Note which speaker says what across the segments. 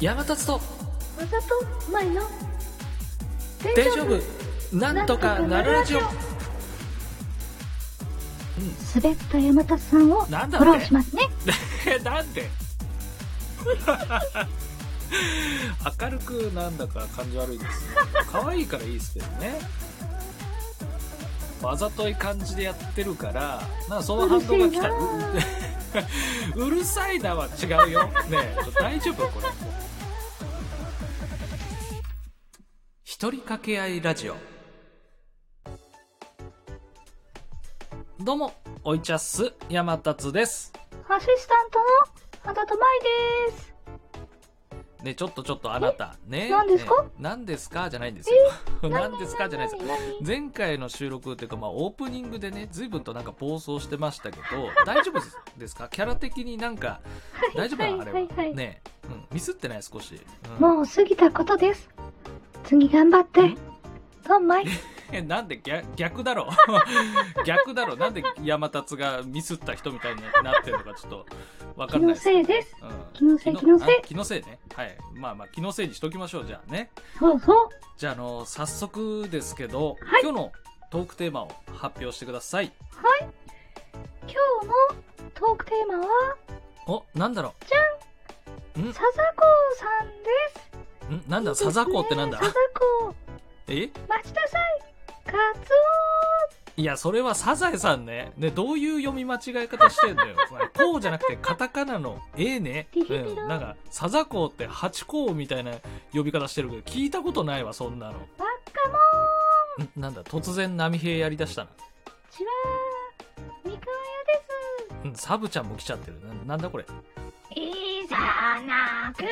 Speaker 1: 山立と
Speaker 2: まさとまいの
Speaker 1: 大丈夫なんとかなるラジオ
Speaker 2: 滑った山田さんをフ
Speaker 1: なんだ
Speaker 2: ォロ
Speaker 1: ろう
Speaker 2: ーしますね
Speaker 1: なんで明るくなんだか感じ悪いですね可愛いからいいですけどねわざとい感じでやってるからなんかその反動が来た ううるさいなは違うよねえ大丈夫これ一人掛け合いラジオどうもおいちゃっす山達です
Speaker 2: アシスタントのまさとまいです
Speaker 1: ね、ちょっとちょっとあなた、ね。
Speaker 2: 何ですか
Speaker 1: ね何ですかじゃないんです よ。何ですかじゃないですよ。
Speaker 2: 何何何
Speaker 1: 前回の収録というか、まあ、オープニングでね、随分となんか暴走してま したけど、大丈夫ですですかキャラ的になんか、大丈夫なのあれ
Speaker 2: はいはいは
Speaker 1: は。
Speaker 2: い
Speaker 1: ね、うん、ミスってない少し。うん
Speaker 2: もう過ぎたことです次頑張ってドンマイ
Speaker 1: えなんで逆逆だろ 逆だろなんで山達がミスった人みたいになってるのかちょっとわか
Speaker 2: 気
Speaker 1: んない
Speaker 2: の
Speaker 1: ですけど。
Speaker 2: せいです
Speaker 1: うん
Speaker 2: 気のせい気のせい
Speaker 1: あ気のせいね。はい。まあまあ気のせいにしときましょう、じゃあね。
Speaker 2: そうそう
Speaker 1: じゃあ、あの早速ですけど、
Speaker 2: はい
Speaker 1: 今日のトークテーマを発表してください。
Speaker 2: 今日のトークテーマは
Speaker 1: お、なんだろ
Speaker 2: 笹子さんです
Speaker 1: う。んなんだ、サザコーってなんだ
Speaker 2: 笹子
Speaker 1: え
Speaker 2: 待ちなさいカツ
Speaker 1: いや、それはサザエさんね。ね、どういう読み間違え方してんだよ。 これこうじゃなくて、カタカナの A ね。
Speaker 2: ティフィピロ
Speaker 1: うんなんか、サザコーってハチ公みたいな呼び方してるけど、聞いたことないわ、そんなの。
Speaker 2: オバッカモ
Speaker 1: んなんだ、突然波平やりだしたな。
Speaker 2: ンちはみかんやです
Speaker 1: うんサブちゃんも来ちゃってる。ななんだこれ。
Speaker 2: いざなく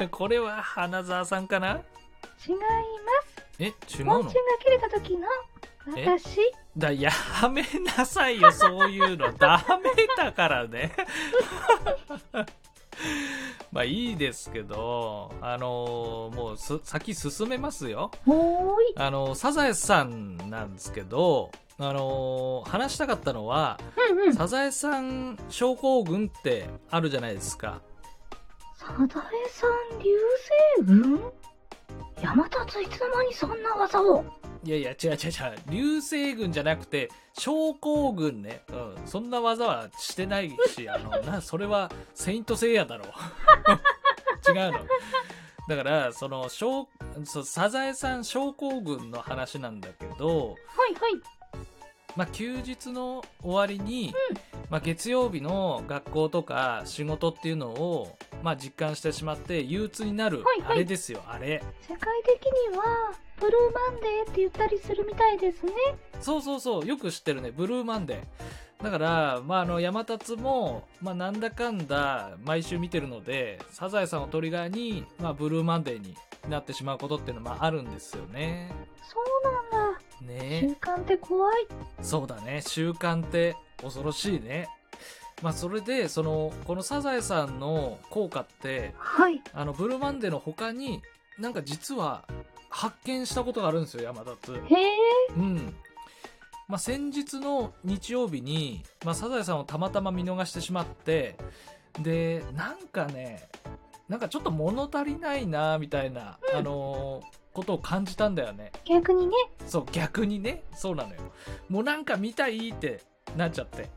Speaker 2: 違い
Speaker 1: これは花澤さんかな
Speaker 2: ます。
Speaker 1: え、違う
Speaker 2: 門
Speaker 1: の
Speaker 2: 中が切れた時の
Speaker 1: え
Speaker 2: 私。
Speaker 1: だ、やめなさいよ、そういうの。ダメだからね。 まあいいですけど、あのーもうす先進めますよ。
Speaker 2: おーい。
Speaker 1: あのーサザエさんなんですけど、あのー話したかったのは、
Speaker 2: うんうん。サ
Speaker 1: サザエさん症候群ってあるじゃないですか。
Speaker 2: ザエさん流星群山立いつの間にそんな技を。
Speaker 1: いやいや、違う違う違う。流星群じゃなくて、症候群ね。うん。そんな技はしてないし、あの、 な、それは、セイントセイヤだろう。 違うの。だから、その、症そうサザエさん症候群の話なんだけど、
Speaker 2: はいはい。
Speaker 1: まあ、休日の終わりに、まあ、月曜日の学校とか仕事っていうのを、まあ、実感してしまって、憂鬱になる、
Speaker 2: はいはい
Speaker 1: あれですよ、あれ。
Speaker 2: 世界的には、ブルーマンデーって言ったりするみたいですね。
Speaker 1: そうそうそう、よく知ってるね、ブルーマンデー。だから、まあ、あの、山達も、まあ、なんだかんだ、毎週見てるので、サザエさんをトリガーに、まあ、ブルーマンデーになってしまうことっていうのもあるんですよね。
Speaker 2: そうなんだ。習
Speaker 1: ね
Speaker 2: 慣って怖い。
Speaker 1: そうだね、習慣って恐ろしいね。まあ、それで、その、このサザエさんの効果って、
Speaker 2: はい。
Speaker 1: あの、ブルーマンデーの他に、なんか実は、発見したことがあるんですよ、山達。
Speaker 2: へえ。
Speaker 1: うん。まあ、先日の日曜日に、まあ、サザエさんをたまたま見逃してしまって、で、なんかね、なんかちょっと物足りないな、みたいな、あのーことを感じたんだよね。
Speaker 2: 逆にね。
Speaker 1: そう、逆にね、そうなのよ。もうなんか見たいってなっちゃって。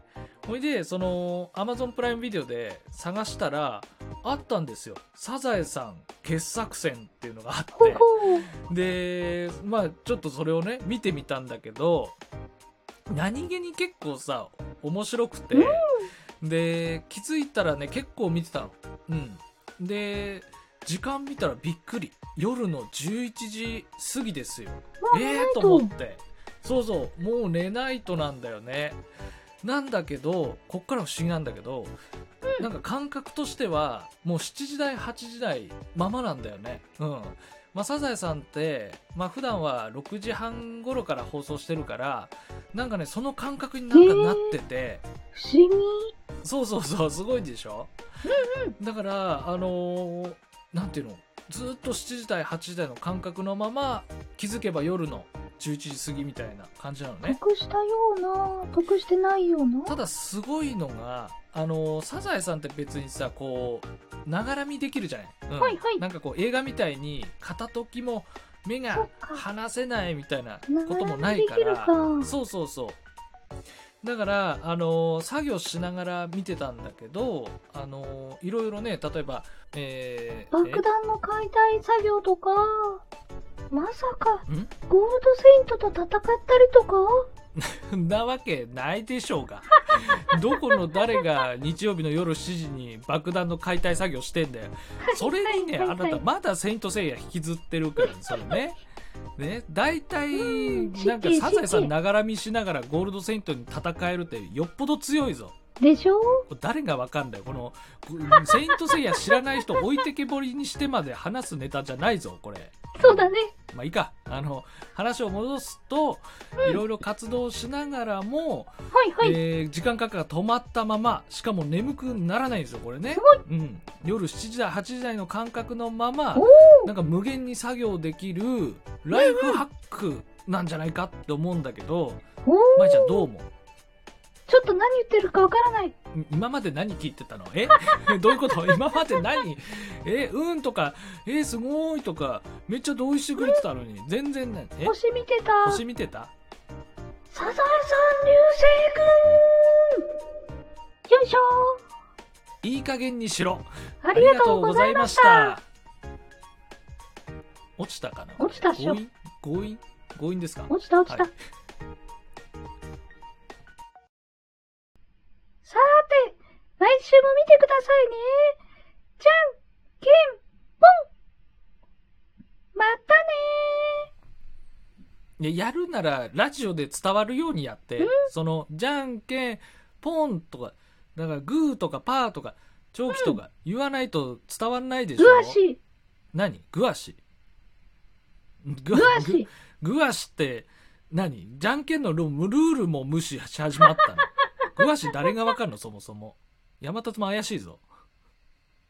Speaker 1: ほいで、その、アマゾンプライムビデオで探したら、あったんですよ。サザエさん傑作選っていうのがあって。
Speaker 2: ほうほう。
Speaker 1: でまあちょっとそれをね見てみたんだけど何気に結構さ面白くて、で気づいたらね結構見てたのうんで時間見たらびっくり夜の11時過ぎですよ
Speaker 2: もう
Speaker 1: ええ
Speaker 2: ない
Speaker 1: ー、と思ってそうそうもう寝ないとなんだよねなんだけどこっから不思議なんだけど、なんか感覚としてはもう7時台8時台ままなんだよねうんまあ、サザエさんって、まあ、普段は6時半頃から放送してるから、なんかね、その感覚になんかなってて、
Speaker 2: 不思議。
Speaker 1: そうそうそう、すごいでしょ、だから、あのーなんていうのずっと7時台、8時台の感覚のまま、気づけば夜の11時過ぎみたいな感じなのね
Speaker 2: 得したような得してないような
Speaker 1: ただすごいのがあのサザエさんって別にさこうながら見できるじゃない、うん
Speaker 2: はいはい
Speaker 1: なんかこう映画みたいに片時も目
Speaker 2: そ
Speaker 1: が
Speaker 2: っか
Speaker 1: 離せないみたいな
Speaker 2: な
Speaker 1: ことも
Speaker 2: がら
Speaker 1: な
Speaker 2: み
Speaker 1: い
Speaker 2: で
Speaker 1: か
Speaker 2: きる
Speaker 1: ら
Speaker 2: か
Speaker 1: そうそうそうだから、あのー作業しながら見てたんだけど、あのーいろいろね例えば、えー
Speaker 2: 爆弾の解体作業とかまさか
Speaker 1: ん
Speaker 2: ゴールドセイントと戦ったりとか
Speaker 1: えなわけないでしょう がどこの誰が日曜日の夜7時に爆弾の解体作業してんだよ それにね
Speaker 2: はいは
Speaker 1: あ
Speaker 2: いはい
Speaker 1: なたまだ「セイント・セイヤ」引きずってるからねそれね。ね、大体
Speaker 2: うん
Speaker 1: なんか
Speaker 2: 知ってる
Speaker 1: サザエさ
Speaker 2: 知って
Speaker 1: ん
Speaker 2: る
Speaker 1: ながら見しながらゴールドセイントに戦えるってよっぽど強いぞ。
Speaker 2: でしょ
Speaker 1: これ誰がわかんないこのこ「セイント・セイヤ」知らない人置いてけぼりにしてまで話すネタじゃないぞこれ
Speaker 2: そうだね
Speaker 1: まあいいかあの話を戻すと、いろいろ活動しながらも、
Speaker 2: はいはい、
Speaker 1: えー時間かかが止まったまましかも眠くならないんですよこれね
Speaker 2: すごい
Speaker 1: うん、夜7時台8時台の感覚のまま
Speaker 2: お
Speaker 1: なんか無限に作業できるライフハックなんじゃないかって思うんだけど、
Speaker 2: おお
Speaker 1: まいちゃんどう思う
Speaker 2: ちょっと何言ってるかわからない
Speaker 1: 今まで何聞いてたのえ どういうこと今まで何えうんとかえすごいとかめっちゃ同意してくれてたのに全然ないえ
Speaker 2: 星見てた
Speaker 1: 星見てた
Speaker 2: サザエさん流星群よいしょ
Speaker 1: いい加減にしろ
Speaker 2: ありがとうございました
Speaker 1: 落ちたかな
Speaker 2: 落ちたっしょ
Speaker 1: 強引強引強引ですか
Speaker 2: 落ちた落ちた、
Speaker 1: はい
Speaker 2: さーて来週も見てくださいねじゃんけんぽんまたね
Speaker 1: いややるならラジオで伝わるようにやって、そのじゃんけんポンとかだからグーとかパーとか長期とか言わないと伝わらないでしょ、
Speaker 2: ーぐわし
Speaker 1: 何グアシグ
Speaker 2: ぐわし
Speaker 1: ググアシって何じゃんけんのルールルールも無視し始まったのグアシ誰がわかるのそもそも山立も怪しいぞ